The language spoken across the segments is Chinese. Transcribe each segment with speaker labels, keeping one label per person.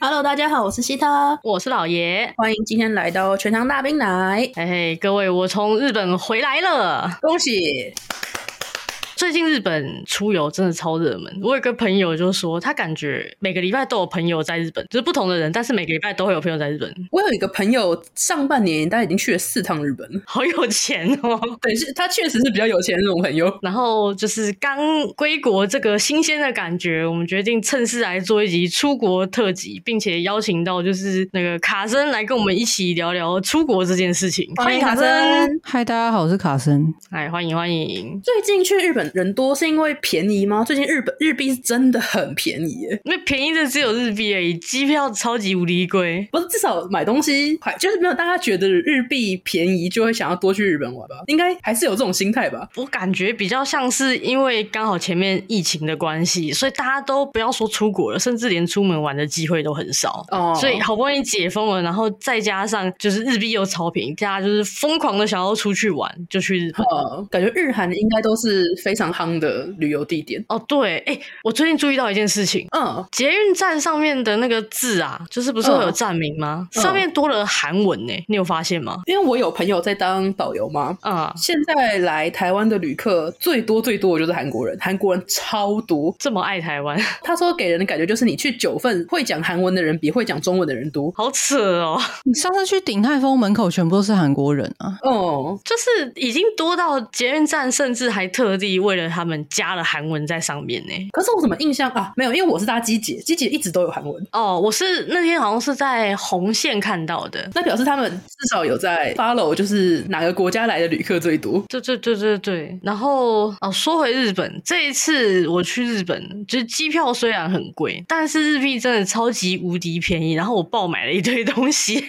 Speaker 1: Hello，大家好，我是西特，
Speaker 2: 我是老爷，
Speaker 1: 欢迎今天来到全糖大冰奶，
Speaker 2: 嘿嘿，各位，我从日本回来了。
Speaker 1: 恭喜！
Speaker 2: 最近日本出游真的超热门，我有个朋友就说，他感觉每个礼拜都有朋友在日本，就是不同的人，但是每个礼拜都会有朋友在日本，
Speaker 1: 我有一个朋友，上半年他已经去了四趟日本了，
Speaker 2: 好有钱哦。
Speaker 1: 对，是他确实是比较有钱的那种朋友。
Speaker 2: 然后就是刚归国这个新鲜的感觉，我们决定趁势来做一集出国特辑，并且邀请到就是那个卡森来跟我们一起聊聊出国这件事情。欢迎卡森，，
Speaker 3: 嗨，大家好，我是卡森。
Speaker 2: 哎，欢迎欢迎。
Speaker 1: 最近去日本人多是因为便宜吗？最近日本日币是真的很便宜耶，
Speaker 2: 那便宜的只有日币而已，机票超级无敌贵。
Speaker 1: 不是至少买东西还就是没有大家觉得日币便宜就会想要多去日本玩吧？应该还是有这种心态吧？
Speaker 2: 我感觉比较像是因为刚好前面疫情的关系，所以大家都不要说出国了，甚至连出门玩的机会都很少。
Speaker 1: 哦、
Speaker 2: 所以好不容易解封了，然后再加上就是日币又超便宜，大家就是疯狂的想要出去玩，就去日本。
Speaker 1: 呃，感觉日韩应该都是非常夯的旅游地点。
Speaker 2: 哦，对，哎、我最近注意到一件事情，
Speaker 1: 嗯，
Speaker 2: 捷运站上面的那个字啊，就是不是会有站名吗？
Speaker 1: 嗯
Speaker 2: 上面多了韩文呢、你有发现吗？
Speaker 1: 因为我有朋友在当导游嘛，
Speaker 2: 啊、
Speaker 1: 现在来台湾的旅客最多最多的就是韩国人，韩国人超多。
Speaker 2: 这么爱台湾，
Speaker 1: 他说给人的感觉就是，你去九份会讲韩文的人比会讲中文的人多。
Speaker 2: 好扯哦。
Speaker 3: 你上次去鼎泰丰门口全部都是韩国人啊？
Speaker 1: 哦，
Speaker 2: 就是已经多到捷运站，甚至还特地为了他们加了韩文在上面呢。
Speaker 1: 可是我怎么印象啊？没有，因为我是搭机姐，机姐一直都有韩文，
Speaker 2: 哦，我是那天好像是在红线看到的。
Speaker 1: 那表示他们至少有在 follow，就是哪个国家来的旅客最多。
Speaker 2: 对对对对对，然后哦，说回日本，这一次我去日本，就是机票虽然很贵，但是日币真的超级无敌便宜，然后我爆买了一堆东西。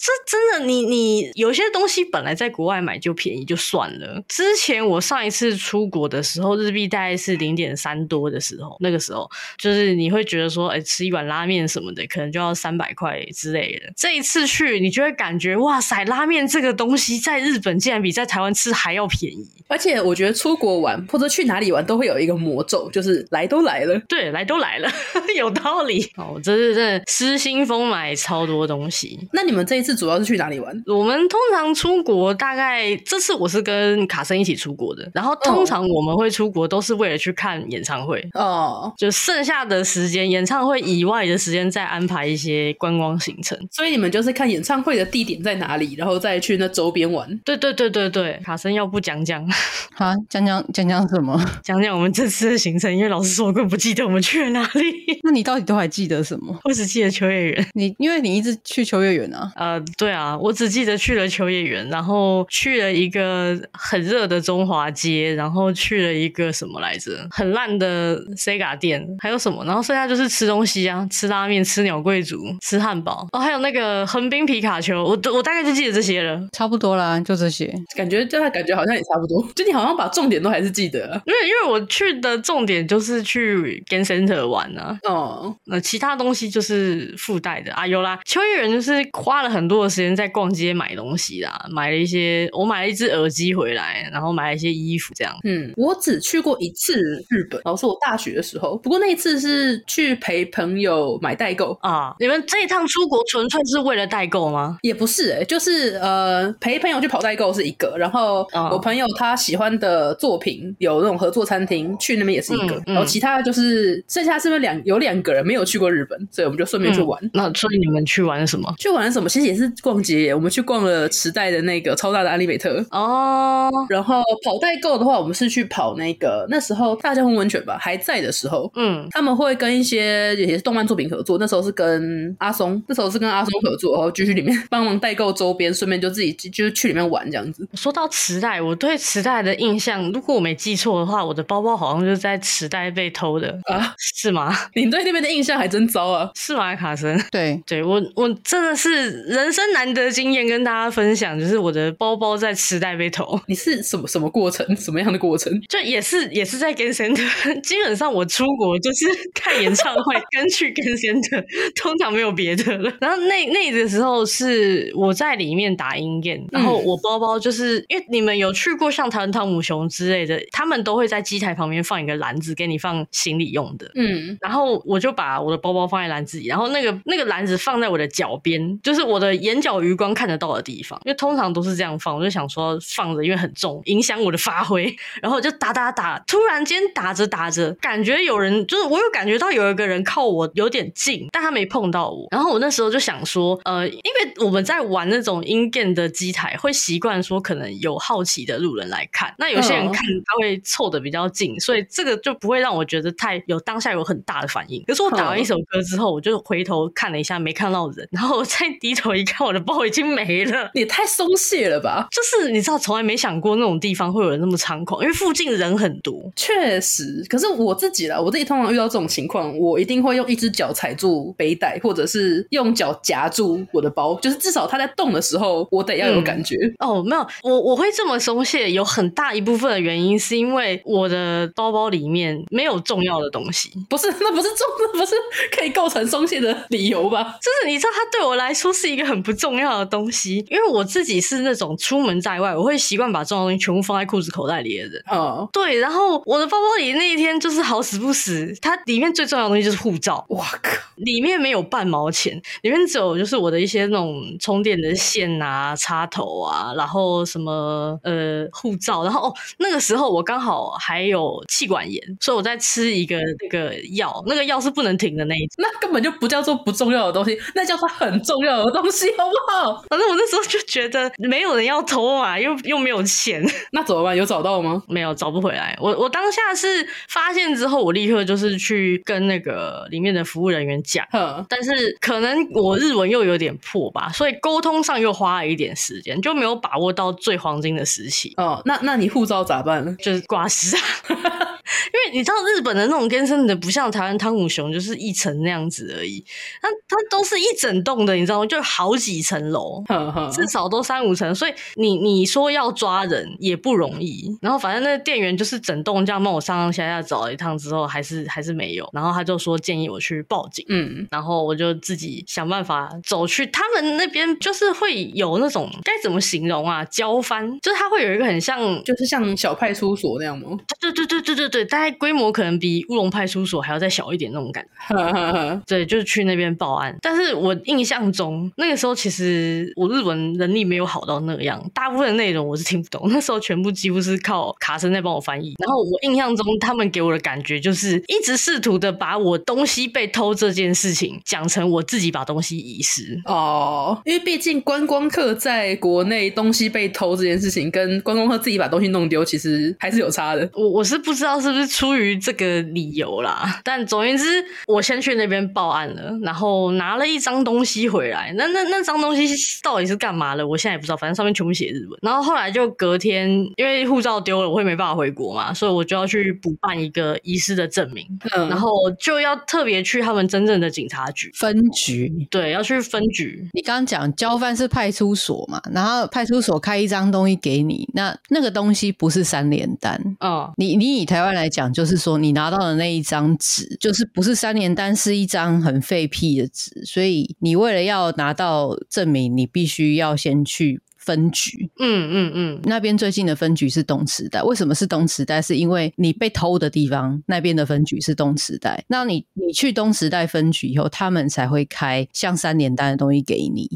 Speaker 2: 这真的，你你有些东西本来在国外买就便宜就算了。之前我上一次出国的时候，日币大概是零点三多的时候，那个时候就是你会觉得说，哎、吃一碗拉面什么的，可能就要三百块之类的。这一次去，你就会感觉哇塞，拉面这个东西在日本竟然比在台湾吃还要便宜。
Speaker 1: 而且我觉得出国玩或者去哪里玩都会有一个魔咒，就是来都来了，
Speaker 2: 对，来都来了， 有道理。哦，这是真的失心疯买超多东西。
Speaker 1: 那你们这一次主要是去哪里玩？
Speaker 2: 我们通常出国，大概这次我是跟卡森一起出国的，然后通常我们会出国都是为了去看演唱会。
Speaker 1: 哦，
Speaker 2: 就剩下的时间，演唱会以外的时间再安排一些观光行程。
Speaker 1: 所以你们就是看演唱会的地点在哪里，然后再去那周边玩。
Speaker 2: 对对对对对，卡森要不讲讲
Speaker 3: 哈，讲讲讲讲什么？
Speaker 2: 讲讲我们这次的行程，因为老实说，我根本不记得我们去了哪里，
Speaker 3: 那你到底都还记得什么？
Speaker 2: 我只记得秋叶原。
Speaker 3: 你因为你一直去秋叶原啊，
Speaker 2: 呃，对啊，我只记得去了秋叶原，然后去了一个很热的中华街，然后去了一个什么来着，很烂的 Sega 店，还有什么？然后剩下就是吃东西啊，吃拉面，吃鸟贵族，吃汉堡，哦，还有那个横滨皮卡丘，我都我大概就记得这些了。
Speaker 3: 差不多啦，就这些。
Speaker 1: 感觉对他感觉好像也差不多，就你好像把重点都还是记得 啊、
Speaker 2: 因为因为我去的重点就是去 Game Center 玩啊，
Speaker 1: 哦，
Speaker 2: 那其他东西就是附带的啊，有啦，秋叶原就是花了很多的时间在逛街买东西啦，买了一些，我买了一只耳机回来，然后买了一些衣服这样。
Speaker 1: 嗯，我只去过一次日本，哦然后是我大学的时候，不过那一次是去陪朋友买代购。
Speaker 2: 啊，你们这一趟出国纯粹是为了代购吗？
Speaker 1: 也不是、欸，就是呃，陪朋友去跑代购是一个，然后
Speaker 2: 哦
Speaker 1: 我朋友他喜欢的作品有那种合作餐厅，去那边也是一个，
Speaker 2: 嗯嗯
Speaker 1: 然后其他就是剩下是不是两有两个人没有去过日本，所以我们就顺便去玩。
Speaker 2: 那所以你们去玩什么？
Speaker 1: 去玩了什么？其实也是逛街耶，我们去逛了池袋的那个超大的安利美特，
Speaker 2: 哦，
Speaker 1: 然后跑代购的话，我们是去跑那个那时候大江户温泉吧还在的时候，
Speaker 2: 嗯，
Speaker 1: 他们会跟一些也是动漫作品合作。那时候是跟阿松，那时候是跟阿松合作，然后就去里面 帮忙代购周边，顺便就自己就就去里面玩这样子。
Speaker 2: 说到磁带，我对磁带的印象，如果我没记错的话，我的包包好像就是在磁带被偷的
Speaker 1: 啊，
Speaker 2: 是吗？
Speaker 1: 你对那边的印象还真糟啊！
Speaker 2: 是吗，卡森？
Speaker 3: 对，
Speaker 2: 对我，我真的是人人生难得经验跟大家分享，就是我的包包在磁带被偷，
Speaker 1: 你是什么什么过程？什么样的过程？
Speaker 2: 就也是也是在 Gen Center。基本上我出国就是看演唱会跟去 Gen Center，通常没有别的了。然后那那的时候是我在里面打音验，然后我包包就是、因为你们有去过像台湾汤姆熊之类的，他们都会在机台旁边放一个篮子给你放行李用的。
Speaker 1: 嗯，
Speaker 2: 然后我就把我的包包放在篮子里，然后那个那个篮子放在我的脚边，就是我的眼角余光看得到的地方，因为通常都是这样放，我就想说放着，因为很重，影响我的发挥。 然后我就打打打，突然间打着打着，感觉有人就是我有感觉到有一个人靠我有点近，但他没碰到我。然后我那时候就想说，呃，因为我们在玩那种 in game 的机台，会习惯说可能有好奇的路人来看，那有些人
Speaker 1: 嗯
Speaker 2: 看他会凑的比较近，所以这个就不会让我觉得太有当下有很大的反应。可是我打完一首歌之后，我就回头看了一下，没看到人，然后我再低头一看，我的包已经没了。
Speaker 1: 你也太松懈了吧？
Speaker 2: 就是你知道，从来没想过那种地方会有人那么猖狂，因为附近人很多，
Speaker 1: 确实，可是我自己啦，我自己通常遇到这种情况，我一定会用一只脚踩住背带，或者是用脚夹住我的包，就是至少它在动的时候，我得要有感觉。
Speaker 2: 哦，没有，我我会这么松懈，有很大一部分的原因是因为我的包包里面没有重要的东西，
Speaker 1: 不是，那不是重，那不是可以构成松懈的理由吧？
Speaker 2: 就是你知道，它对我来说是一个很不重要的东西，因为我自己是那种出门在外，我会习惯把重要的东西全部放在裤子口袋里的人。
Speaker 1: 哦，
Speaker 2: 对，然后我的包包里那一天就是好死不死，它里面最重要的东西就是护照，
Speaker 1: 哇靠！
Speaker 2: 里面没有半毛钱，里面只有就是我的一些那种充电的线啊、插头啊，然后什么呃护照，然后哦那个时候我刚好还有气管炎，所以我在吃一个那个药，那个药是不能停的那一种。
Speaker 1: 那根本就不叫做不重要的东西，那叫做很重要的东西，好不好？
Speaker 2: 反正我那时候就觉得没有人要偷嘛，又又没有钱，
Speaker 1: 那怎么办？有找到吗？
Speaker 2: 没有找不回来。我我当下是发现之后，我立刻就是去跟那个里面的服务人员讲。
Speaker 1: 哼，
Speaker 2: 但是可能我日文又有点破吧，所以沟通上又花了一点时间，就没有把握到最黄金的时期，
Speaker 1: 哦，那那你护照咋办？
Speaker 2: 就是挂失啊。 因为你知道日本的那种根生的不像台湾汤姆熊，就是一层那样子而已，它它都是一整栋的，你知道吗？就好几层楼。
Speaker 1: 哼哼，
Speaker 2: 至少都三五层，所以你你说要抓人也不容易。然后反正那个店员就是整栋这样帮我上上下下找了一趟之后，还是还是没有。然后他就说建议我去报警。
Speaker 1: 嗯，
Speaker 2: 然后我就自己想办法走去他们那边，就是会有那种该怎么形容啊？交番，就是它会有一个很像，
Speaker 1: 就是像小派出所那样吗？
Speaker 2: 对对对对对对，大概规模可能比乌龙派出所还要再小一点那种感觉。
Speaker 1: 哈哈哈，
Speaker 2: 对，就是去那边报案。但是我印象中那个时候，其实我日文能力没有好到那样，大部分的内容我是听不懂。 那时候全部几乎是靠卡森在帮我翻译。然后我印象中，他们给我的感觉就是一直试图的把我东西被偷这件事情讲成我自己把东西遗失。
Speaker 1: 哦，因为毕竟观光客在国内东西被偷这件事情，跟观光客自己把东西弄丢，其实还是有差的。
Speaker 2: 我我是不知道是不是出于这个理由啦，但总而言之，我先去那边报案了，然后拿了一张东西回来。那那那张东西到底是干嘛的？我现在也不知道，反正上面全部写日文。然后后来就隔天，因为护照丢了，我也没办法回国嘛，所以我就要去补办一个遗失的证明，
Speaker 1: 嗯，
Speaker 2: 然后就要特别去他们真正的警察局，
Speaker 3: 分局。
Speaker 2: 对，要去分局。
Speaker 3: 你刚刚讲交办是派出所嘛，然后派出所开一张东西给你，那那个东西不是三联单。
Speaker 1: 哦
Speaker 2: 嗯，
Speaker 3: 你你以台湾来讲，就是说你拿到的那一张纸，就是不是三联单，是一张很废屁的纸，所以你为了要拿到证明，你必须要先去分局，
Speaker 2: 嗯嗯嗯，
Speaker 3: 那边最近的分局是东池袋，为什么是东池袋？是因为你被偷的地方那边的分局是东池袋，那你你去东池袋分局以后，他们才会开像三联单的东西给你。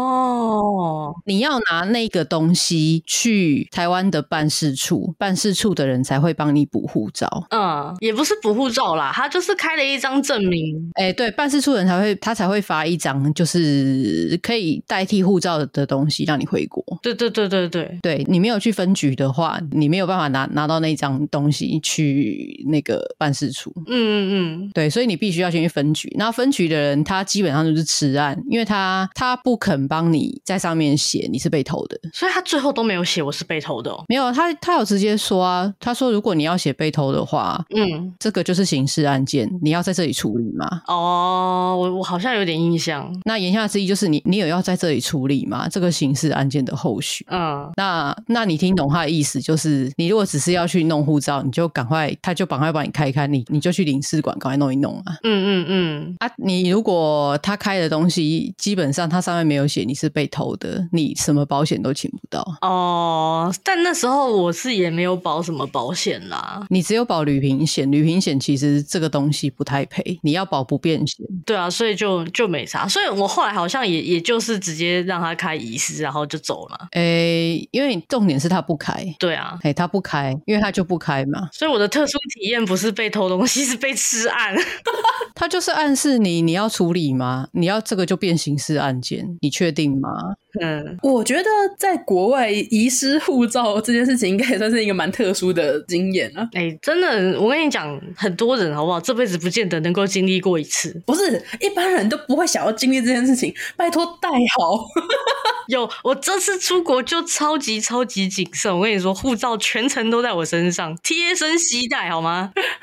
Speaker 2: 哦，
Speaker 3: 你要拿那个东西去台湾的办事处，办事处的人才会帮你补护照。
Speaker 2: 嗯，也不是补护照啦，他就是开了一张证明。
Speaker 3: 哎、对，办事处人才会他才会发一张，就是可以代替护照的东西让你回国。
Speaker 2: 对对对对对，
Speaker 3: 对你没有去分局的话，你没有办法拿拿到那张东西去那个办事处。
Speaker 2: 嗯嗯嗯，
Speaker 3: 对，所以你必须要先去分局。那分局的人他基本上就是吃案，因为他他不肯帮你在上面写你是被偷的。
Speaker 2: 嗯所以他最后都没有写我是被偷的哦。
Speaker 3: 没有，啊他他有直接说啊，他说如果你要写被偷的话，
Speaker 2: 嗯，
Speaker 3: 这个就是刑事案件，你要在这里处理嘛。
Speaker 2: 哦，我我好像有点印象。
Speaker 3: 那言下之意就是你你有要在这里处理嘛？这个刑事案件的后续。
Speaker 2: 嗯，
Speaker 3: 那那你听懂他的意思，就是你如果只是要去弄护照，你就赶快，他就赶快帮你开一开，你你就去领事馆赶快弄一弄啊。
Speaker 2: 嗯嗯嗯，
Speaker 3: 啊，你如果他开的东西，基本上他上面没有写你是被偷的，你什么保险都请不到，
Speaker 2: 哦，但那时候我是也没有保什么保险啦。
Speaker 3: 你只有保旅行险。旅行险其实这个东西不太赔，你要保不便险。
Speaker 2: 对啊，所以就就没啥。所以我后来好像也也就是直接让他开仪式，然后就走了。
Speaker 3: 诶、因为重点是他不开，
Speaker 2: 对啊，
Speaker 3: 诶、他不开，因为他就不开嘛，
Speaker 2: 所以我的特殊体验不是被偷东西，是被吃案。
Speaker 3: 他就是暗示你你要处理吗？你要这个就变刑事案件，你确定吗？
Speaker 2: 嗯，
Speaker 1: 我觉得在国外遗失护照这件事情，应该也算是一个蛮特殊的经验啊。
Speaker 2: 哎、真的，我跟你讲，很多人好不好，这辈子不见得能够经历过一次。
Speaker 1: 不是一般人都不会想要经历这件事情，拜托带好。
Speaker 2: 有，我这次出国就超级超级谨慎。我跟你说，护照全程都在我身上，贴身携带，好吗？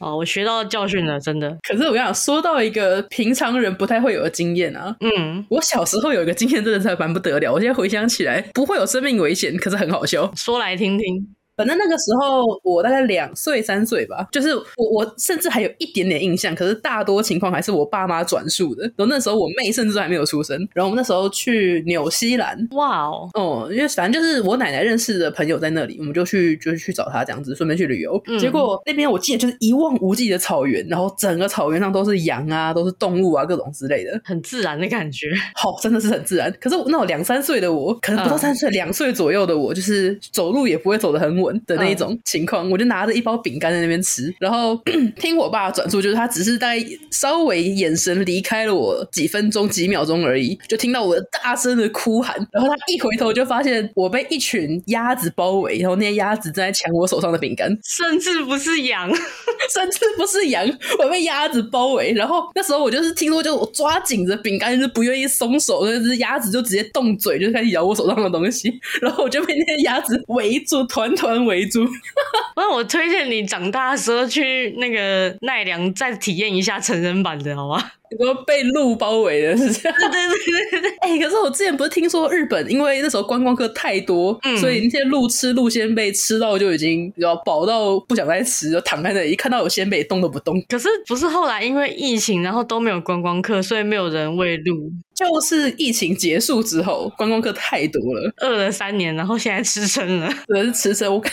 Speaker 2: 哦，我学到教训了，真的。
Speaker 1: 可是我跟你讲，说到一个平常人不太会有的经验啊，
Speaker 2: 嗯，
Speaker 1: 我小时候有一个经验，真的是蛮不得了。我现在回想起来，不会有生命危险，可是很好笑。
Speaker 2: 说来听听。
Speaker 1: 反正那个时候我大概两岁三岁吧，就是我我甚至还有一点点印象，可是大多情况还是我爸妈转述的。然后那时候我妹甚至都还没有出生，然后我们那时候去纽西兰。
Speaker 2: 哇哦，
Speaker 1: 哦，因为反正就是我奶奶认识的朋友在那里，我们就去就是去找她这样子，顺便去旅游。
Speaker 2: 嗯
Speaker 1: 结果那边我记得就是一望无际的草原，然后整个草原上都是羊啊，都是动物啊，各种之类的。
Speaker 2: 很自然的感觉。
Speaker 1: 好、真的是很自然。可是我那种两三岁的我，可能不到
Speaker 2: 嗯
Speaker 1: 三岁，两、岁左右的我，就是走路也不会走得很稳的那一种情况，我就拿着一包饼干在那边吃。然后 听我爸转述，就是他只是大概稍微眼神离开了我几分钟、几秒钟而已，就听到我大声的哭喊，然后他一回头就发现我被一群鸭子包围，然后那些鸭子正在抢我手上的饼干。
Speaker 2: 甚至不是 羊，
Speaker 1: 甚至不是羊，我被鸭子包围。然后那时候我就是听说，就我抓紧着饼干，就是不愿意松手，那只鸭子就直接动嘴，就开始咬我手上的东西。 然后我就被那些鸭子围住，团团围住。
Speaker 2: 那我推荐你长大的时候去那个奈良再体验一下成人版的，好吗？
Speaker 1: 你说被鹿包围了，是这样？
Speaker 2: 对对对对对，
Speaker 1: 哎、可是我之前不是听说日本，因为那时候观光客太多，
Speaker 2: 嗯
Speaker 1: 所以那些鹿吃鹿仙贝吃到就已经要饱到不想再吃，就躺在那里，一看到有仙贝动都不动。
Speaker 2: 可是不是后来因为疫情，然后都没有观光客，所以没有人喂鹿，
Speaker 1: 就是疫情结束之后，观光客太多了，
Speaker 2: 饿了三年，然后现在吃撑了。
Speaker 1: 真的是吃生，我看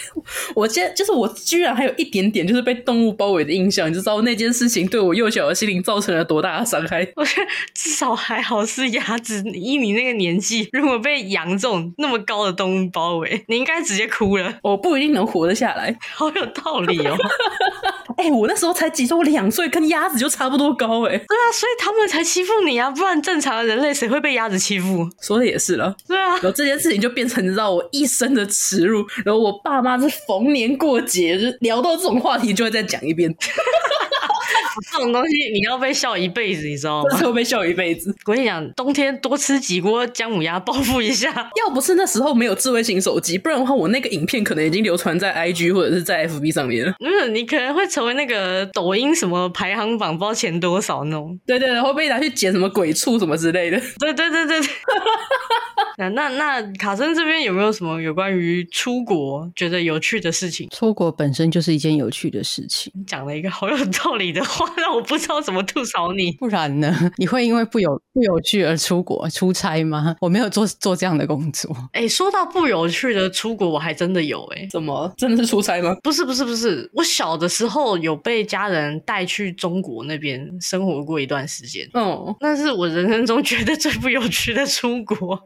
Speaker 1: 我现在就是我居然还有一点点就是被动物包围的印象，你就知道那件事情对我幼小的心灵造成了多大的伤害。
Speaker 2: 我觉得至少还好是鸭子，以你那个年纪，如果被羊这种那么高的动物包围，你应该直接哭了，
Speaker 1: 我不一定能活得下来。
Speaker 2: 好有道理哦。对
Speaker 1: 哎、我那时候才几岁，我两岁，跟鸭子就差不多高哎、
Speaker 2: 啊，所以他们才欺负你啊，不然正常的人类谁会被鸭子欺负？
Speaker 1: 说的也是了。
Speaker 2: 对啊，
Speaker 1: 然后这件事情就变成你知道我一生的耻辱。然后我爸妈是逢年过节就聊到这种话题就会再讲一遍，
Speaker 2: 这种东西你要被笑一辈子，你知道
Speaker 1: 这
Speaker 2: 吗？
Speaker 1: 是会被笑一辈子。
Speaker 2: 我跟你讲，冬天多吃几锅姜母鸭报复一下。
Speaker 1: 要不是那时候没有智慧型手机，不然的话我那个影片可能已经流传在 IG 或者是在 FB 上面了。
Speaker 2: 嗯，你可能会成为那个抖音什么排行榜，不知道前多少那种。
Speaker 1: 对对对，会被拿去剪什么鬼畜什么之类的。
Speaker 2: 对对对对对。 那那那卡森这边有没有什么有关于出国觉得有趣的事情？
Speaker 3: 出国本身就是一件有趣的事情，
Speaker 2: 你讲了一个好有道理的话，让我不知道怎么吐槽你。
Speaker 3: 不然呢？ 你会因为不有不有趣而出国出差吗？我没有做做这样的工作，
Speaker 2: 哎，说到不有趣的出国，我还真的有哎、
Speaker 1: 怎么？真的是出差吗？
Speaker 2: 不是不是不是，我小的时候有被家人带去中国那边生活过一段时间，
Speaker 1: 哦，
Speaker 2: 那是我人生中觉得最不有趣的出国。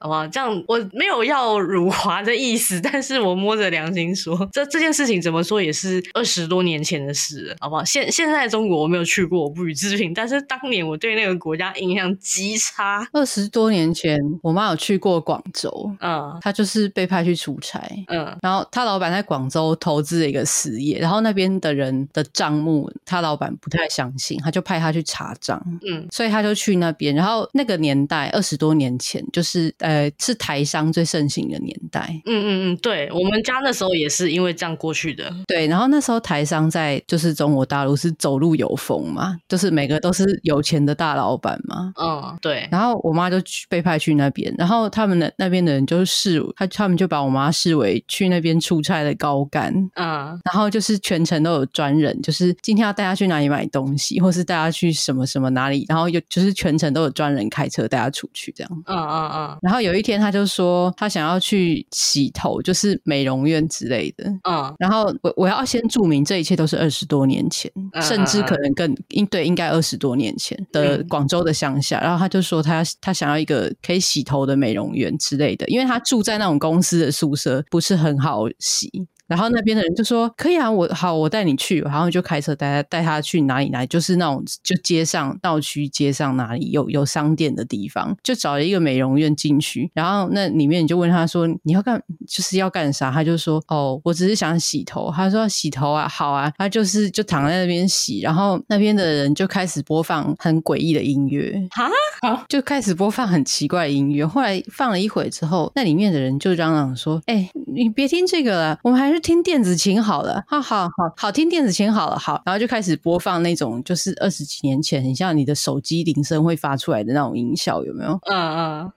Speaker 2: 好吧，这样我没有要辱华的意思，但是我摸着良心说，这这件事情怎么说也是二十多年前的事了，好不好？现现在中国我没有去过，我不予置评，但是当年我对那个国家印象极差，
Speaker 3: 二十多年前，我妈有去过广州，
Speaker 2: 嗯
Speaker 3: 她就是被派去出差。
Speaker 2: 嗯，
Speaker 3: 然后她老板在广州投资了一个实业，然后那边的人的账目，她老板不太相信，他就派他去查账。
Speaker 2: 嗯，
Speaker 3: 所以他就去那边。然后那个年代，二十多年前，就是呃，是台商最盛行的年代。
Speaker 2: 嗯嗯嗯，对我们家那时候也是因为这样过去的，
Speaker 3: 对，然后那时候台商在就是中国大陆是走路有风嘛，就是每个都是有钱的大老板嘛。
Speaker 2: 嗯，对，
Speaker 3: 然后我妈就去被派去那边，然后他们的那边的人就是视他他们就把我妈视为去那边出差的高干。
Speaker 2: 嗯
Speaker 3: 然后就是全程都有专人，就是今天要带他去哪里买东西，或是带他去什么什么哪里，然后有就是全程都有专人开车带他出去这样。
Speaker 2: 嗯嗯嗯
Speaker 3: 然后有一天，他就说他想要去洗头，就是美容院之类的。
Speaker 2: 嗯
Speaker 3: 然后我我要先注明，这一切都是二十多年前，
Speaker 2: 嗯
Speaker 3: 甚至可能更应对应该二十多年前的
Speaker 2: 嗯
Speaker 3: 广州的乡下。然后他就说他他想要一个可以洗头的美容院之类的，因为他住在那种公司的宿舍，不是很好洗。然后那边的人就说可以啊，我好，我带你去，然后就开车带他带他去哪里哪里，就是那种就街上闹区街上哪里有有商店的地方，就找了一个美容院进去，然后那里面你就问他说你要干就是要干啥，他就说哦，我只是想洗头，他说洗头啊，好啊，他就是就躺在那边洗，然后那边的人就开始播放很诡异的音乐，就开始播放很奇怪的音乐。后来放了一会之后，那里面的人就嚷嚷说：“哎、你别听这个了，我们还是听电子琴好了。好好好好听电子琴好了，好。”然后就开始播放那种就是二十几年前很像你的手机铃声会发出来的那种音效，有没有？
Speaker 2: 嗯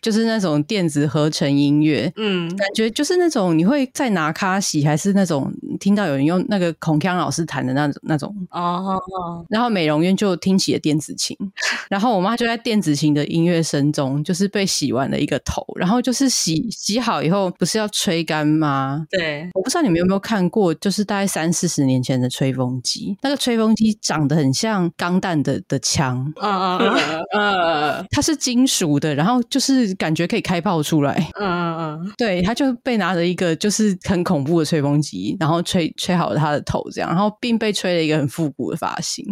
Speaker 3: 就是那种电子合成音乐。
Speaker 2: 嗯
Speaker 3: 感觉就是那种你会在拿卡洗，还是那种听到有人用那个孔锵老师弹的那种那种
Speaker 2: 嗯，哦。
Speaker 3: 然后美容院就听起了电子琴， 然后我妈就在电子琴的音乐声中，就是被洗完了一个头，然后就是洗洗好以后，不是要吹干吗？
Speaker 2: 对，
Speaker 3: 我不知道你们有没有看过，就是大概三四十年前的吹风机，那个吹风机长得很像钢弹的的枪，
Speaker 2: 嗯嗯嗯嗯
Speaker 1: 呃呃，
Speaker 3: 它是金属的，然后就是感觉可以开炮出来。
Speaker 2: 嗯嗯
Speaker 3: 对，他就被拿着一个就是很恐怖的吹风机，然后吹吹好了他的头这样，然后并被吹了一个很复古的发型。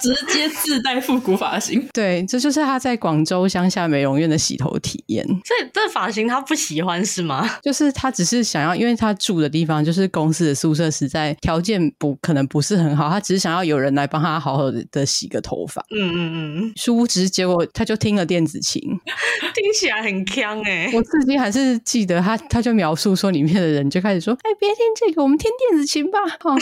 Speaker 1: 直接自带复古发型，
Speaker 3: 对，这就是他在广州乡下美容院的洗头体验。
Speaker 2: 这这发型他不喜欢是吗？
Speaker 3: 就是他只是想要，因为他住的地方就是公司的宿舍，实在条件不可能不是很好，他只是想要有人来帮他好好的的洗个头发。
Speaker 2: 嗯嗯
Speaker 3: 殊不知，结果他就听了电子琴。
Speaker 2: 嗯，听起来很呛哎、
Speaker 3: 我至今还是记得他，他就描述说里面的人就开始说：“哎，别听这个，我们听电子琴吧。哦”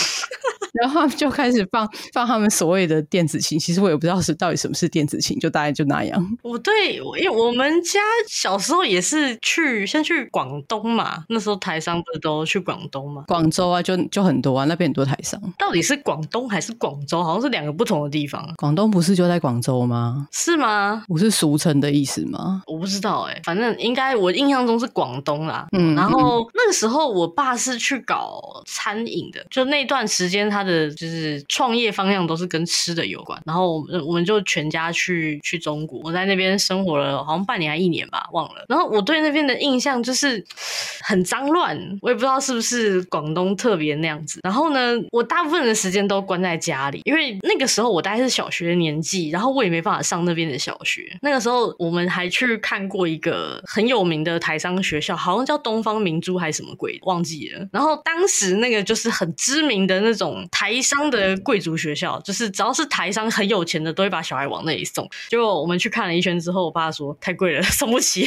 Speaker 3: 然后他们就开始放放他们所谓的电子琴。其实我也不知道是到底什么是电子琴，就大概就那样。
Speaker 2: 我对，我因为我们家小时候也是去先去广东嘛，那时候台商不是都去广东嘛？
Speaker 3: 广州啊，就就很多啊，那边很多台商。
Speaker 2: 到底是广东还是广州？好像是两个不同的地方，
Speaker 3: 广东不是就在广州吗？
Speaker 2: 是吗？
Speaker 3: 不是俗称的意思吗？
Speaker 2: 我不知道哎、反正应该我印象中是广东啦。
Speaker 3: 嗯
Speaker 2: 然后那个时候我爸是去搞餐饮的，就那段时间他的就是创业方向都是跟吃的有关。然后我们我们就全家去去中国，我在那边生活了好像半年还一年吧，忘了。然后我对那边的印象就是很脏乱，我也不知道是不是广东特别那样子。然后呢，我大部分的时间都关在家里，因为那个时候我大概是小学的年纪，然后我也没办法上那边的小学。那个时候我们还去看过一个很有名的台商学校，好像叫东方明珠还是什么鬼，忘记了。然后当时那个就是很知名的那种台商的贵族学校，就是只要是台商很有钱的，都会把小孩往那里送。结果我们去看了一圈之后，我爸说太贵了， 送不起。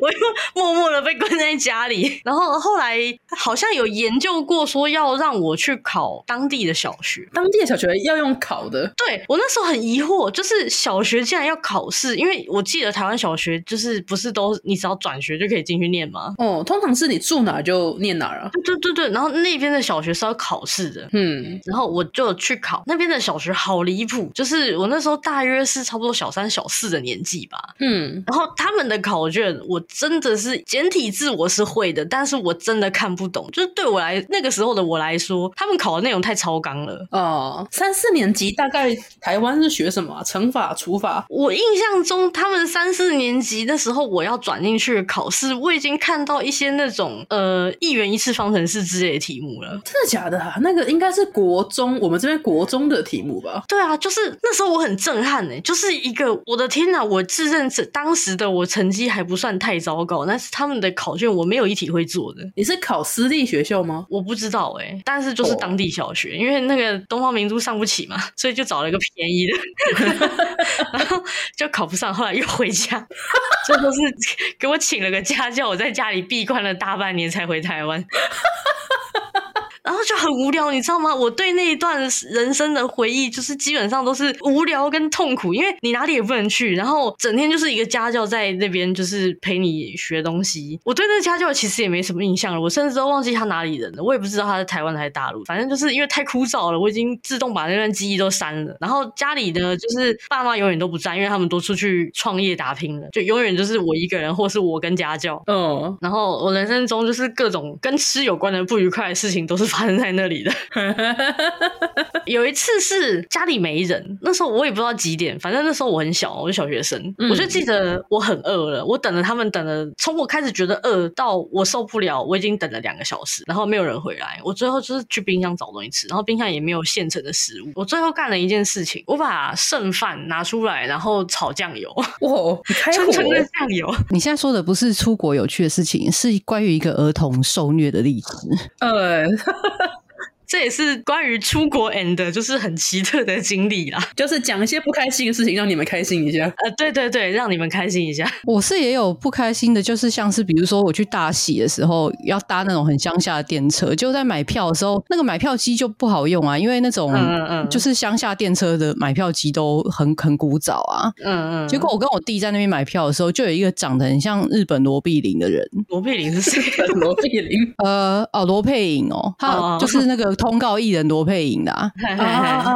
Speaker 2: 我就默默的被关在家里。然后后来好像有研究过，说要让我去考当地的小学。
Speaker 1: 当地的小学要用烤的，
Speaker 2: 对我那时候很疑惑，就是小学竟然要考试，因为我记得台湾小学就是不是都你只要转学就可以进去念吗？
Speaker 1: 哦，通常是你住哪儿就念哪儿啊，
Speaker 2: 对对对对，然后那边的小学是要考试的，
Speaker 1: 嗯，
Speaker 2: 然后我就去考，那边边的小学好离谱，就是我那时候大约是差不多小三小四的年纪吧，
Speaker 1: 嗯，
Speaker 2: 然后他们的考卷，我真的是简体字我是会的，但是我真的看不懂。就是对我来那个时候的我来说，他们考的内容太超纲了。
Speaker 1: 哦，三四年级大概台湾是学什么啊、乘法、除法，
Speaker 2: 我印象中，他们三四年级那时候我要转进去考试，我已经看到一些那种呃一元一次方程式之类的题目了。
Speaker 1: 真的假的啊？那个应该是国中，我们这边国中的题目吧？
Speaker 2: 对啊，就是那时候我很震撼呢、就是一个我的天呐，我自认是当时的我成绩还不算太糟糕，但是他们的考卷我没有一题会做的。
Speaker 1: 你是考私立学校吗？
Speaker 2: 我不知道哎、但是就是当地小学，因为那个东方明珠上不起嘛，所以就找了一个便宜的， 然后就考不上，后来又回家，最后是给我请了个家教，我在家里闭关了大半年才回台湾。然后就很无聊，你知道吗？我对那一段人生的回忆，就是基本上都是无聊跟痛苦，因为你哪里也不能去，然后整天就是一个家教在那边，就是陪你学东西。我对那个家教其实也没什么印象了，我甚至都忘记他哪里人了，我也不知道他是台湾的还是大陆，反正就是因为太枯燥了，我已经自动把那段记忆都删了。然后家里呢，就是爸妈永远都不在，因为他们都出去创业打拼了，就永远就是我一个人，或是我跟家教。
Speaker 1: 哦，
Speaker 2: 然后我人生中就是各种跟吃有关的不愉快的事情都是发生在那里的。 有一次是家里没人，那时候我也不知道几点，反正那时候我很小，我是小学生，
Speaker 1: 嗯
Speaker 2: 我就记得我很饿了，我等了他们等了，从我开始觉得饿到我受不了，我已经等了两个小时，然后没有人回来，我最后就是去冰箱找东西吃，然后冰箱也没有现成的食物，我最后干了一件事情，我把剩饭拿出来，然后炒酱油，
Speaker 1: 哇，你 开
Speaker 2: 纯
Speaker 1: 火欸
Speaker 2: 纯的酱油。
Speaker 3: 嗯你现在说的不是出国有趣的事情，是关于一个儿童受虐的例子。
Speaker 1: 呃，
Speaker 2: 这也是关于出国 and 就是很奇特的经历啦。
Speaker 1: 就是讲一些不开心的事情，让你们开心一下。
Speaker 2: 呃，对对对，让你们开心一下。
Speaker 3: 我是也有不开心的，就是像是比如说我去大喜的时候，要搭那种很乡下的电车，就在买票的时候，那个买票机就不好用啊，因为那种
Speaker 2: 嗯嗯嗯
Speaker 3: 就是乡下电车的买票机都很很古早啊。
Speaker 2: 嗯嗯。
Speaker 3: 结果我跟我弟在那边买票的时候，就有一个长得很像日本罗碧玲的人，
Speaker 2: 罗佩林是 谁？
Speaker 1: 罗碧玲，
Speaker 3: 呃，哦，罗佩影哦，
Speaker 2: 哦
Speaker 3: 他就是那个通告艺人罗佩影的、啊，
Speaker 2: 嗨
Speaker 1: 啊啊
Speaker 2: 嗨
Speaker 1: 啊
Speaker 2: 嗨
Speaker 1: 啊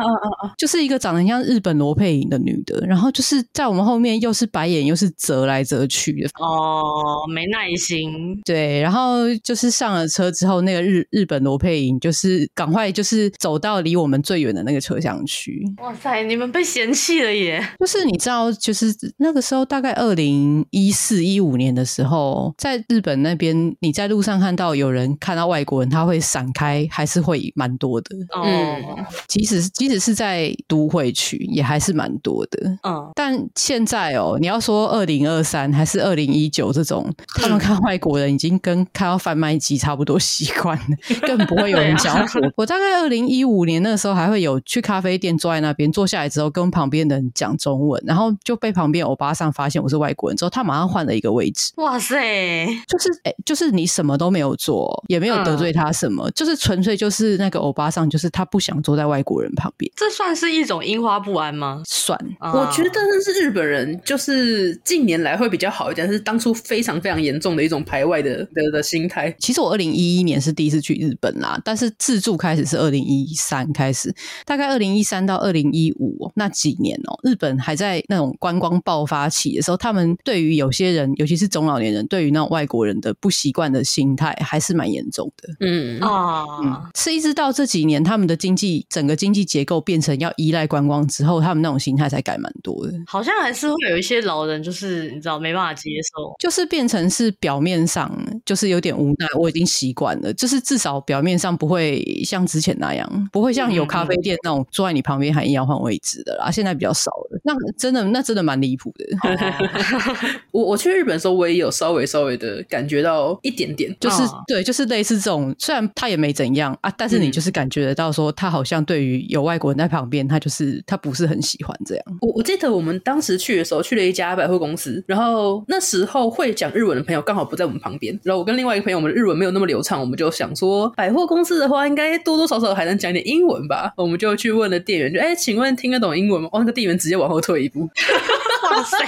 Speaker 1: 啊！
Speaker 3: 就是一个长得很像日本罗佩影的女的，然后就是在我们后面又是白眼又是折来折去的，
Speaker 2: 哦，没耐心。
Speaker 3: 对，然后就是上了车之后，那个日日本罗佩影就是赶快就是走到离我们最远的那个车厢去，
Speaker 2: 哇塞，你们被嫌弃了耶！
Speaker 3: 就是你知道，就是那个时候大概二零一四一五年的时候，在日本那边，你在路上看到有人看到外国人，他会闪开，还是会蛮多的。
Speaker 2: 哦，
Speaker 1: 嗯
Speaker 2: 嗯
Speaker 3: 即使是即使是在都会区，也还是蛮多的。
Speaker 2: 嗯
Speaker 3: 但现在哦，你要说二零二三还是二零一九这种，他们看外国人已经跟看到贩卖机差不多 习惯了，更不会有人想要活。我大概二零一五年那时候还会有去咖啡店坐在那边坐下来之后，跟旁边的人讲中文，然后就被旁边欧巴桑发现我是外国人之后，他马上换了一个位置，
Speaker 2: 哇塞，
Speaker 3: 就是哎、就是你什么都没有做，也没有得罪他什么，就是纯粹就是那个欧巴桑，就是他不想坐在外国人旁边，
Speaker 2: 这算是一种樱花不安吗？
Speaker 3: 算
Speaker 2: 啊
Speaker 1: 我觉得这是日本人，就是近年来会比较好一点，但是当初非常非常严重的一种排外的的的心态。
Speaker 3: 其实我二零一一年是第一次去日本啦，但是自助开始是二零一三开始，大概二零一三到二零一五那几年哦、日本还在那种观光爆发期的时候，他们对于有些人，尤其是中老年人，对于那种外国人的不习惯的心态还是蛮严重的。
Speaker 1: 嗯，
Speaker 2: 啊，
Speaker 3: 嗯，是一直到这几年他们的经济整个经济结构变成要依赖观光之后，他们那种心态才改蛮多的。
Speaker 2: 好像还是会有一些老人，就是你知道没办法接受。哦
Speaker 3: 就是变成是表面上就是有点无奈，我已经习惯了，就是至少表面上不会像之前那样，不会像有咖啡店那种坐在你旁边还硬要换位置的啦。现在比较少了，那真的那真的蛮离谱的。
Speaker 1: 我我去日本的时候，我也有稍微稍微的感觉到一点点，
Speaker 3: 就是
Speaker 2: 哦
Speaker 3: 对，就是类似这种，虽然他也没怎样啊，但是你
Speaker 1: 嗯
Speaker 3: 就是感觉得到说，他好像对于有外国人在旁边，他就是他不是很喜欢这样。
Speaker 1: 我我记得我们当时去的时候，去了一家百货公司，然后那时候会讲日文的朋友刚好不在我们旁边，然后我跟另外一个朋友，我们的日文没有那么流畅，我们就想说百货公司的话，应该多多少少还能讲点英文吧，我们就去问了店员，就哎，请问听得懂英文吗？哦，那个店员直接往后退一步，
Speaker 2: 哇塞，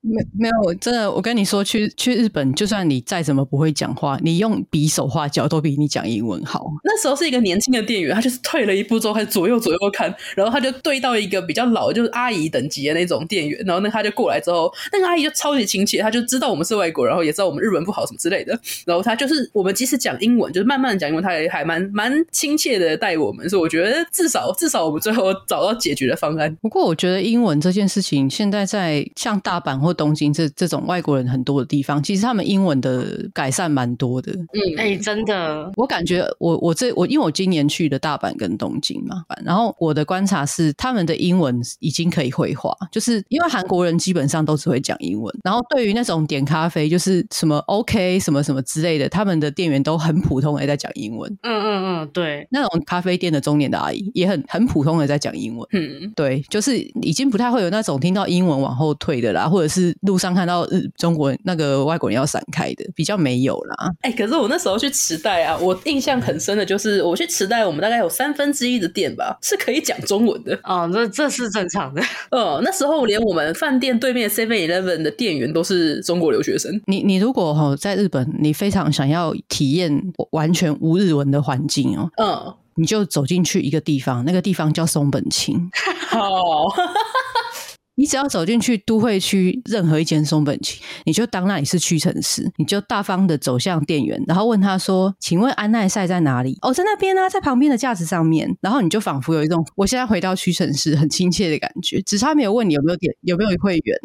Speaker 3: 没没有，真的，我跟你说，去去日本，就算你再怎么不会讲话，你用比手画脚都比你讲英文好。
Speaker 1: 那时候是一个年轻的店员，他就是退了一步之后，开始左右左右看，然后他就对到一个比较老，就是阿姨等级的那种店员，然后那他就过来之后，那个阿姨就超级亲切，她就知道我们是外国人，然后也知道我们日文不好什么之类的，然后她就是我们即使讲英文，就是慢慢地讲英文，她也还蛮蛮亲切的带我们，所以我觉得至少至少我们最后找到解决的方案。
Speaker 3: 不过我觉得英文这件事情，现在在像大阪或东京这这种外国人很多的地方，其实他们英文的改善蛮多的。
Speaker 1: 嗯，
Speaker 2: 哎、真的，
Speaker 3: 我感觉我我这我因为我今年去的大阪跟东京嘛，然后我的观察是他们的英文已经可以绘画，就是因为韩国人基本上都只会讲英文，然后对于那种点咖啡就是什么 OK 什么什么之类的，他们的店员都很普通的在讲英文，
Speaker 2: 嗯嗯嗯，对，
Speaker 3: 那种咖啡店的中年的阿姨也很很普通的在讲英文。
Speaker 1: 嗯，
Speaker 3: 对，就是已经不太会有那种听到英文往后退的啦，或者是路上看到日中国人那个外国人要闪开的，比较没有啦。
Speaker 1: 哎、可是我那时候去池袋啊，我印象很深的就是我去池袋，啊我们大概有三分嗯之一的店吧是可以讲中文的，
Speaker 2: 哦，这这是正常的，
Speaker 1: 呃，那时候连我们饭店对面 Seven Eleven 的店员都是中国留学生。
Speaker 3: 你你如果吼在日本，你非常想要体验完全无日文的环境哦，
Speaker 1: 嗯，
Speaker 3: 你就走进去一个地方，那个地方叫松本清。
Speaker 1: 好，
Speaker 3: 你只要走进去都会区任何一间松本清，你就当那里是屈臣氏，你就大方的走向店员，然后问他说：“请问安奈晒在哪里？”哦，在那边啊，在旁边的架子上面。然后你就仿佛有一种我现在回到屈臣氏很亲切的感觉，只差没有问你有没有点有没有会员。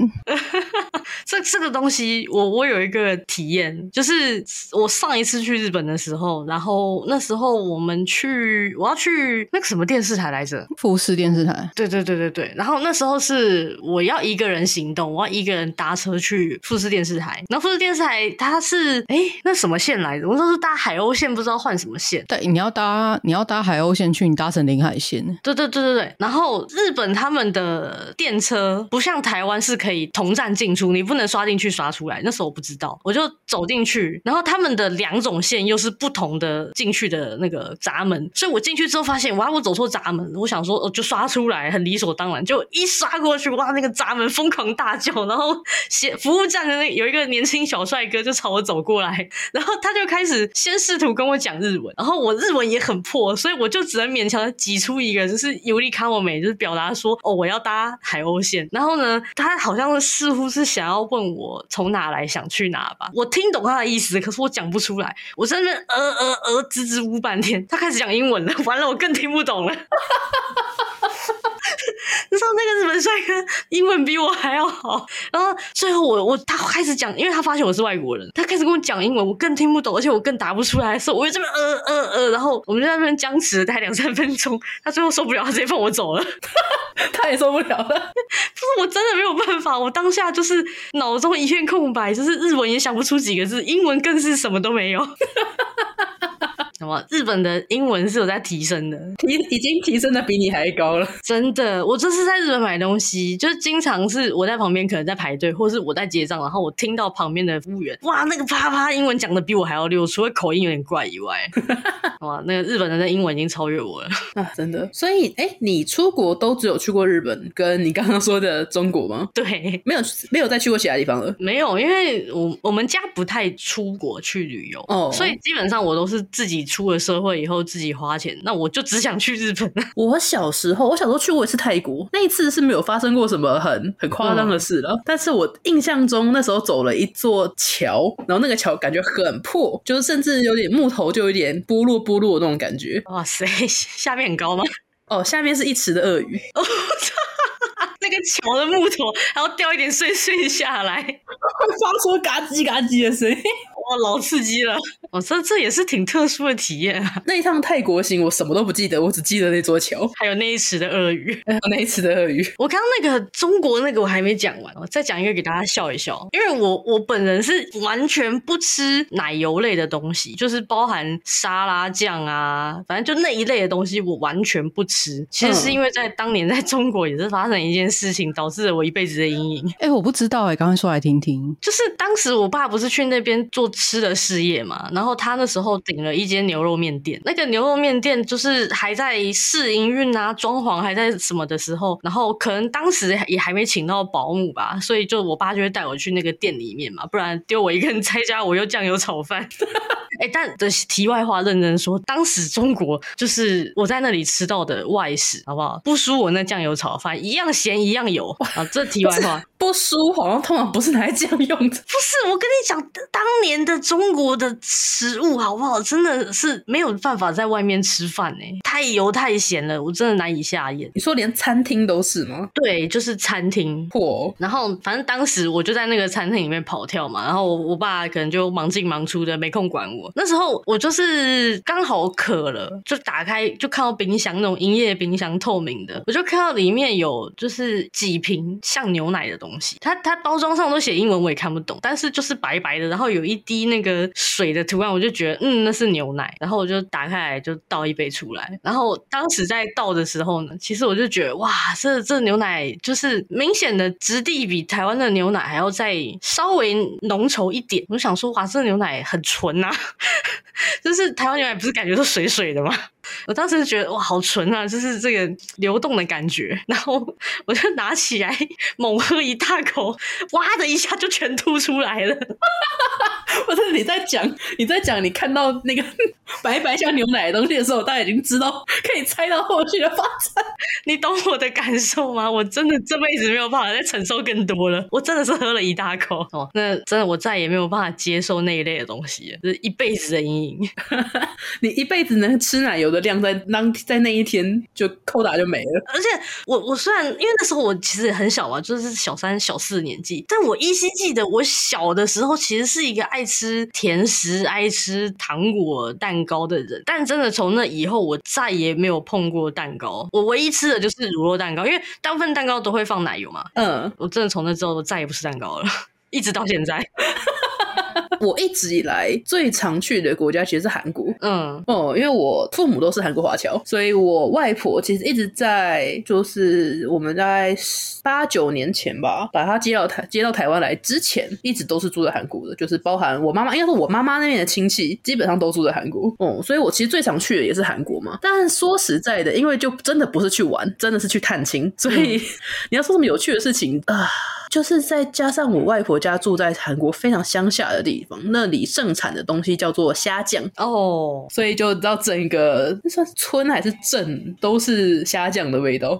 Speaker 2: 这这个东西，我我有一个体验，就是我上一次去日本的时候，然后那时候我们去，我要去那个什么电视台来着？
Speaker 3: 富士电视台，
Speaker 2: 对对对对对。然后那时候是我要一个人行动，我要一个人搭车去富士电视台。然后富士电视台它是哎那什么线来着？我说是搭海鸥线，不知道换什么线。
Speaker 3: 对，你要搭你要搭海鸥线去，你搭成临海线。
Speaker 2: 对对对对对，然后日本他们的电车不像台湾是可以同站进出，你不能刷进去刷出来。那时候我不知道，我就走进去，然后他们的两种线又是不同的进去的那个闸门，所以我进去之后发现，哇，我走错闸门，我想说哦就刷出来，很理所当然，就一刷过去，哇，那个闸门疯狂大叫，然后写服务站的那有一个年轻小帅哥就朝我走过来，然后他就开始先试图跟我讲日文，然后我日文也很破，所以我就只能勉强的挤出一个，就是尤利卡我美，就是表达说哦我要搭海鸥线。然后呢，他好像似乎是想要问我从哪来想去哪吧，我听懂他的意思，可是我讲不出来，我在那边呃呃呃支支吾吾半天，他开始讲英文了，完了我更听不懂了。 你知道那个日本帅哥英文比我还要好，然后最后我我他开始讲，因为他发现我是外国人，他开始跟我讲英文，我更听不懂，而且我更答不出来的时候，我就这边呃呃呃，然后我们就在那边僵持了大概两三分钟，他最后受不了，他直接放我走了。
Speaker 1: 他也受不了了。
Speaker 2: 就是我真的没有办法，我当下就是脑中一片空白，就是日文也想不出几个字，英文更是什么都没有。 什么？日本的英文是有在提升的，
Speaker 1: 提已经提升的比你还高了。
Speaker 2: 真的，我这次在日本买东西，就是经常是我在旁边可能在排队，或是我在结账，然后我听到旁边的服务员，哇，那个啪啪英文讲的比我还要溜，除了口音有点怪以外，哇，那个日本人的英文已经超越我了。
Speaker 1: 啊，真的。所以，哎、你出国都只有去过日本，跟你刚刚说的中国吗？
Speaker 2: 对，
Speaker 1: 没有，没有再去过其他地方了。
Speaker 2: 没有，因为我我们家不太出国去旅游，
Speaker 1: 哦
Speaker 2: 所以基本上我都是自己出了社会以后自己花钱。那我就只想去日本，
Speaker 1: 我小时候，我小时候去过一次泰国，那一次是没有发生过什么很很夸张的事了。但是我印象中那时候走了一座桥，然后那个桥感觉很破，就是甚至有点木头，就有点剥落剥落的那种感觉。
Speaker 2: 哇塞， 下面很高吗？
Speaker 1: 哦，下面是一池的鳄 鱼，
Speaker 2: 那个桥的木头还要掉一点碎碎下来，
Speaker 1: 会发出嘎叽嘎叽的声音。
Speaker 2: 哇，老刺激了！哦，这这也是挺特殊的体验啊。
Speaker 1: 那一趟泰国行，我什么都不记得，我只记得那座桥，
Speaker 2: 还有那一池的鳄鱼，
Speaker 1: 还有那一池的鳄鱼。
Speaker 2: 我刚刚那个中国那个我还没讲完，我再讲一个给大家笑一笑。因为我我本人是完全不吃奶油类的东西，就是包含沙拉酱啊，反正就那一类的东西我完全不吃。其实是因为在当年在中国也是发生一件事情，导致了我一辈子的阴影。
Speaker 3: 哎、我不知道哎、刚刚说来听听。
Speaker 2: 就是当时我爸不是去那边做吃的事业嘛，然然后他那时候顶了一间牛肉面店，那个牛肉面店就是还在试营运啊，装潢还在什么的时候，然后可能当时也还没请到保姆吧，所以就我爸就会带我去那个店里面嘛，不然丢我一个人在家，我又酱油炒饭。 哎、但的题外话，认真说，当时中国就是我在那里吃到的外食，好不好？不输我那酱油炒饭，一样咸，一样油啊。这题外话，
Speaker 1: 不输好像通常不是拿来这样用的。
Speaker 2: 不是，我跟你讲，当年的中国的食物好不好，真的是没有办法在外面吃饭呢、太油太咸了，我真的难以下咽。
Speaker 1: 你说连餐厅都是吗？哦
Speaker 2: 对，就是餐厅。
Speaker 1: 嚯，
Speaker 2: 然后反正当时我就在那个餐厅里面跑跳嘛，然后我我爸可能就忙进忙出的，没空管我。那时候我就是刚好渴了，就打开就看到冰箱那种营业冰箱透明的，我就看到里面有就是几瓶像牛奶的东西，它它包装上都写英文，我也看不懂，但是就是白白的，然后有一滴那个水的图案，我就觉得嗯那是牛奶，然后我就打开来就倒一杯出来，然后当时在倒的时候呢，其实我就觉得哇这这牛奶就是明显的质地比台湾的牛奶还要再稍微浓稠一点，我就想说哇这牛奶很纯呐、 就是台湾牛奶不是感觉都水水的吗？我当时就觉得哇，好纯啊，就是这个流动的感觉。然后我就拿起来猛喝一大口，哇的一下就全吐出来了。
Speaker 1: 不是你在讲你在讲你看到那个 白白像牛奶的东西的时候，大家已经知道可以猜到后续的发展。
Speaker 2: 你懂我的感受吗？我真的这辈子没有办法再承受更多了。我真的是喝了一大口哦，那真的我再也没有办法接受那一类的东西了，就是一辈子的阴影。
Speaker 1: 你一辈子能吃奶油的量在当在那一天就扣打就没了。
Speaker 2: 而且我我虽然因为那时候我其实也很小嘛，啊就是小三小四的年纪，但我依稀记得我小的时候其实是一个爱吃甜食、爱吃糖果、蛋糕的人。但真的从那以后，我再也没有碰过蛋糕。我唯一吃的就是乳酪蛋糕，因为大部分蛋糕都会放奶油嘛。
Speaker 1: 嗯，
Speaker 2: 我真的从那之后，我再也不吃蛋糕了，一直到现在。
Speaker 1: 我一直以来最常去的国家其实是韩国。
Speaker 2: 嗯，
Speaker 1: 哦，因为我父母都是韩国华侨，所以我外婆其实一直在，就是我们大概八九年前吧，把她接到台接到台湾来之前，一直都是住在韩国的，就是包含我妈妈，应该是我妈妈那边的亲戚，基本上都住在韩国。哦、所以我其实最常去的也是韩国嘛。但说实在的，因为就真的不是去玩，真的是去探亲，所以、 你要说什么有趣的事情啊、就是再加上我外婆家住在韩国非常乡下的地方，那里盛产的东西叫做虾酱。
Speaker 2: 哦，
Speaker 1: 所以就到整个那算是村还是镇都是虾酱的味道，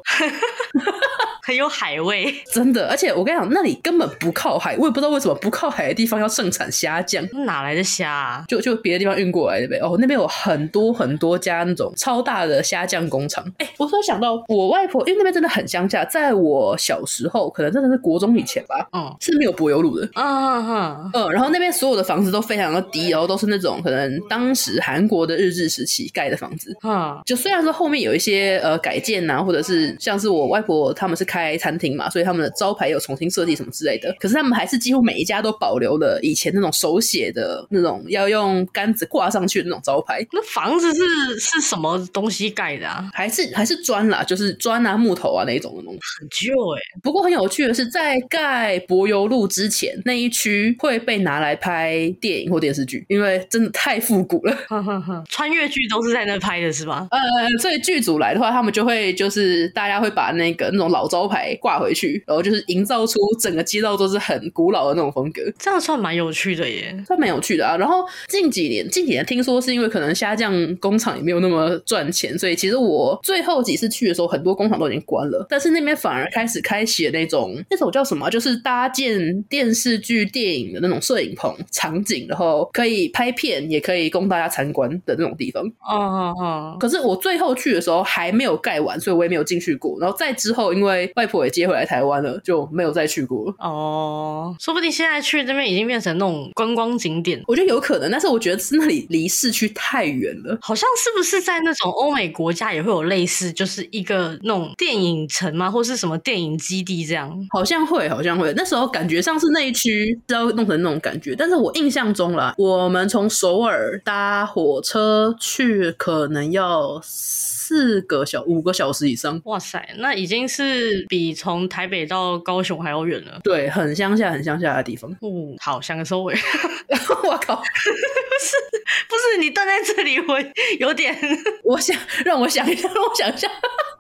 Speaker 2: 很有海味。
Speaker 1: 真的。而且我跟你讲，那里根本不靠海，我也不知道为什么不靠海的地方要盛产虾酱，
Speaker 2: 哪来的虾、啊？
Speaker 1: 就就别的地方运过来的呗。哦，那边有很多很多家那种超大的虾酱工厂。哎、我突然想到，我外婆因为那边真的很乡下，在我小时候，可能真的是国中以前吧，
Speaker 2: 嗯
Speaker 1: 是没有柏油路的。
Speaker 2: 嗯哼，
Speaker 1: 嗯，然后那边所有的房子都非常的低，然后都是那种可能当时韩国的日治时期盖的房子，
Speaker 2: 哼，
Speaker 1: 就虽然说后面有一些呃改建呐、或者是像是我外婆他们是开餐厅嘛，所以他们的招牌有重新设计什么之类的，可是他们还是几乎每一家都保留了以前那种手写的那种要用杆子挂上去的那种招牌。
Speaker 2: 那房子是是什么东西盖的啊？
Speaker 1: 还是还是砖啦，就是砖啊、木头啊那一种的东西。
Speaker 2: 很旧哎、
Speaker 1: 不过很有趣的是，在盖柏油路之前，那一区会被拿来拍电影或电视剧，因为真的太复古了。
Speaker 2: 哼哼哼，穿越剧都是在那拍的是吧？
Speaker 1: 呃，所以剧组来的话，他们就会就是大家会把那个那种老招牌挂回去，然后就是营造出整个街道都是很古老的那种风格，
Speaker 2: 这样算蛮有趣的耶。
Speaker 1: 算蛮有趣的啊。然后近几年，近几年听说是因为可能虾酱工厂也没有那么赚钱，所以其实我最后几次去的时候，很多工厂都已经关了，但是那边反而开始开启了那种那种叫什么啊，就是搭建电视剧、电影的那种摄影棚场景，然后可以拍片，也可以供大家参观的那种地方。
Speaker 2: 哦哦哦，
Speaker 1: 可是我最后去的时候还没有盖完，所以我也没有进去过。然后再之后，因为外婆也接回来台湾了，就没有再去过了。
Speaker 2: 哦，说不定现在去那边已经变成那种观光景点，
Speaker 1: 我觉得有可能，但是我觉得是那里离市区太远了。
Speaker 2: 好像是不是在那种欧美国家也会有类似，就是一个那种电影城嘛，或是什么电影基地这样？
Speaker 1: 好像会，好像会。那时候感觉上是那一区是要弄成那种感觉，但是我印象中啦，我们从首尔搭火车去，可能要四个小五个小时以上。
Speaker 2: 哇塞，那已经是是比从台北到高雄还要远了。
Speaker 1: 对，很乡下、很乡下的地方。
Speaker 2: 嗯，好，想个收尾。
Speaker 1: 我靠！
Speaker 2: 不是你站在这里，我有点，
Speaker 1: 我想让我想一下，让我想一下。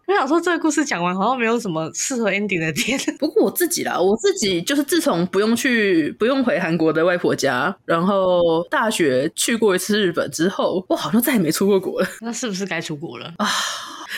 Speaker 2: 我想说这个故事讲完好像没有什么适合 ending 的点。
Speaker 1: 不过我自己啦，我自己就是自从不用去、不用回韩国的外婆家，然后大学去过一次日本之后，我好像再也没出过国了。
Speaker 2: 那是不是该出国了？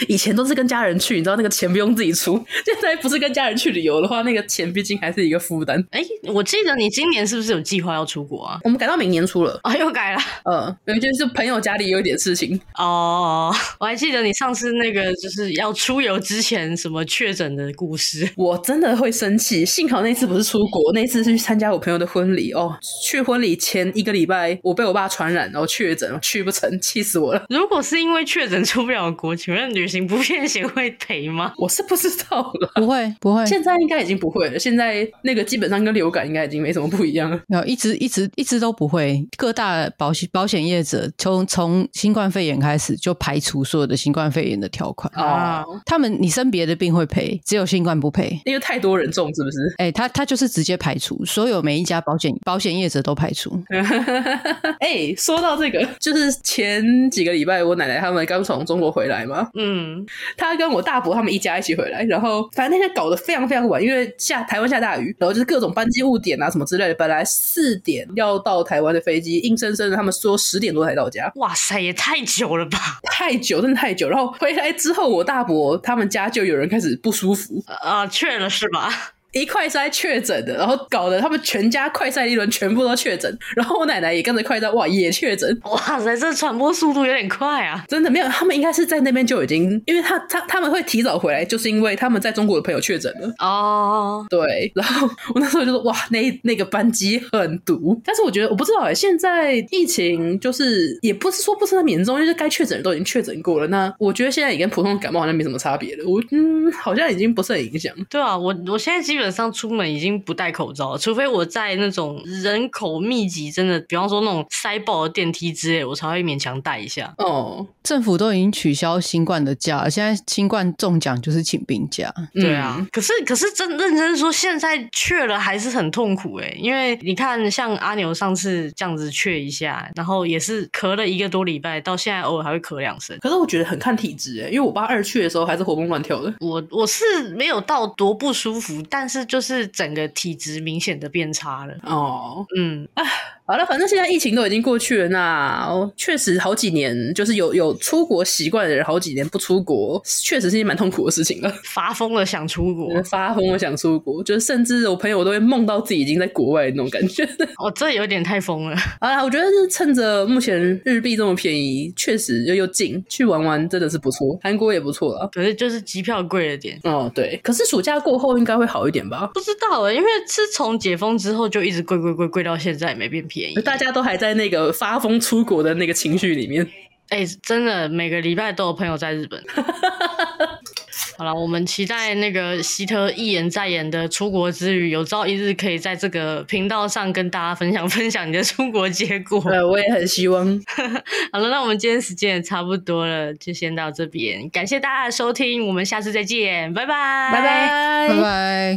Speaker 1: 以前都是跟家人去，你知道那个钱不用自己出。现在不是跟家人去旅游的话，那个钱毕竟还是一个负担。
Speaker 2: 哎、我记得你今年是不是有计划要出国啊？
Speaker 1: 我们改到明年出了，
Speaker 2: 啊、又改了
Speaker 1: 嗯，因为就是朋友家里有一点事情，
Speaker 2: 哦！我还记得你上次那个就是要出游之前什么确诊的故事。
Speaker 1: 我真的会生气。幸好那次不是出国，那次是去参加我朋友的婚礼哦。去婚礼前一个礼拜，我被我爸传染，然后确诊，去不成，气死我了。
Speaker 2: 如果是因为确诊出不了国，请问旅行不便险会赔吗？
Speaker 1: 我是不知道了，
Speaker 3: 不会不会，
Speaker 1: 现在应该已经不会了。现在那个基本上跟流感应该已经没什么不一样了。
Speaker 3: 没有一直一直一直都不会。各大保险保险业者从从新冠肺炎开始就排除所有的新冠肺炎的条款，
Speaker 2: 啊，
Speaker 3: 他们你生别的病会赔，只有新冠不赔。
Speaker 1: 因为太多人中，是不是？
Speaker 3: 哎、他他就是直接排除所有每一家保险保险业者都排除。
Speaker 1: 哎、说到这个，就是前几个礼拜我奶奶他们刚从中国回来嘛，
Speaker 2: 嗯，
Speaker 1: 她跟我大伯他们一家一起回来，然后反正那天搞得非常非常晚，因为下台湾下大雨，然后就是各种班机误点啊什么之类的，本来四点要到台湾的飞机，硬生生的他们说十点多才到家，
Speaker 2: 哇塞，也太久了吧？
Speaker 1: 太久，真的太久。然后回来之后，我大伯他们家就有人开始不舒服，
Speaker 2: 啊，确了是吧？
Speaker 1: 一快筛确诊的，然后搞得他们全家快筛一轮，全部都确诊，然后我奶奶也跟着快筛，哇，也确诊。
Speaker 2: 哇塞，这传播速度有点快啊！
Speaker 1: 真的没有，他们应该是在那边就已经，因为他他他们会提早回来，就是因为他们在中国的朋友确诊了。
Speaker 2: 哦，
Speaker 1: 对，然后我那时候就说哇，那那个班机很毒，但是我觉得我不知道哎、现在疫情就是也不是说不是很严重，就是该确诊的都已经确诊过了。那我觉得现在也跟普通感冒好像没什么差别了，我嗯好像已经不是很影响。
Speaker 2: 对啊，我我现在基本上出门已经不戴口罩了，除非我在那种人口密集，真的，比方说那种塞爆的电梯之类，我才会勉强戴一下。
Speaker 1: 哦，
Speaker 3: 政府都已经取消新冠的假了，现在新冠中奖就是请病假。
Speaker 1: 嗯
Speaker 2: 对啊，可是可是真认真说，现在确了还是很痛苦诶、因为你看，像阿牛上次这样子确一下，然后也是咳了一个多礼拜，到现在偶尔还会咳两声。
Speaker 1: 可是我觉得很看体质哎、因为我爸二去的时候还是活蹦乱跳的。
Speaker 2: 我我是没有到多不舒服，但是就是整个体质明显的变差了。
Speaker 1: 哦，
Speaker 2: 嗯，
Speaker 1: 好了，反正现在疫情都已经过去了，那哦确实好几年就是有有出国习惯的人，好几年不出国，确实是一件蛮痛苦的事情了。
Speaker 2: 发疯了想出国，
Speaker 1: 我发疯，我想出国，就是甚至我朋友都会梦到自己已经在国外的那种感觉。
Speaker 2: 哦，这有点太疯了。
Speaker 1: 好啦，我觉得是趁着目前日币这么便宜，确实又又近，去玩玩真的是不错，韩国也不错啦。
Speaker 2: 可是就是机票贵了点，
Speaker 1: 哦，对，可是暑假过后应该会好一点吧？
Speaker 2: 不知道欸诶、因为是从解封之后就一直贵贵贵贵到现在也没变便宜。
Speaker 1: 呃大家都还在那个发疯出国的那个情绪里面。
Speaker 2: 哎、真的，每个礼拜都有朋友在日本。好了，我们期待那个希特一言再言的出国之旅，有朝一日可以在这个频道上跟大家分享分享你的出国结果。
Speaker 1: 呃，我也很希望。
Speaker 2: 好了，那我们今天时间也差不多了，就先到这边，感谢大家的收听，我们下次再见，拜拜，
Speaker 1: 拜拜，
Speaker 3: 拜拜。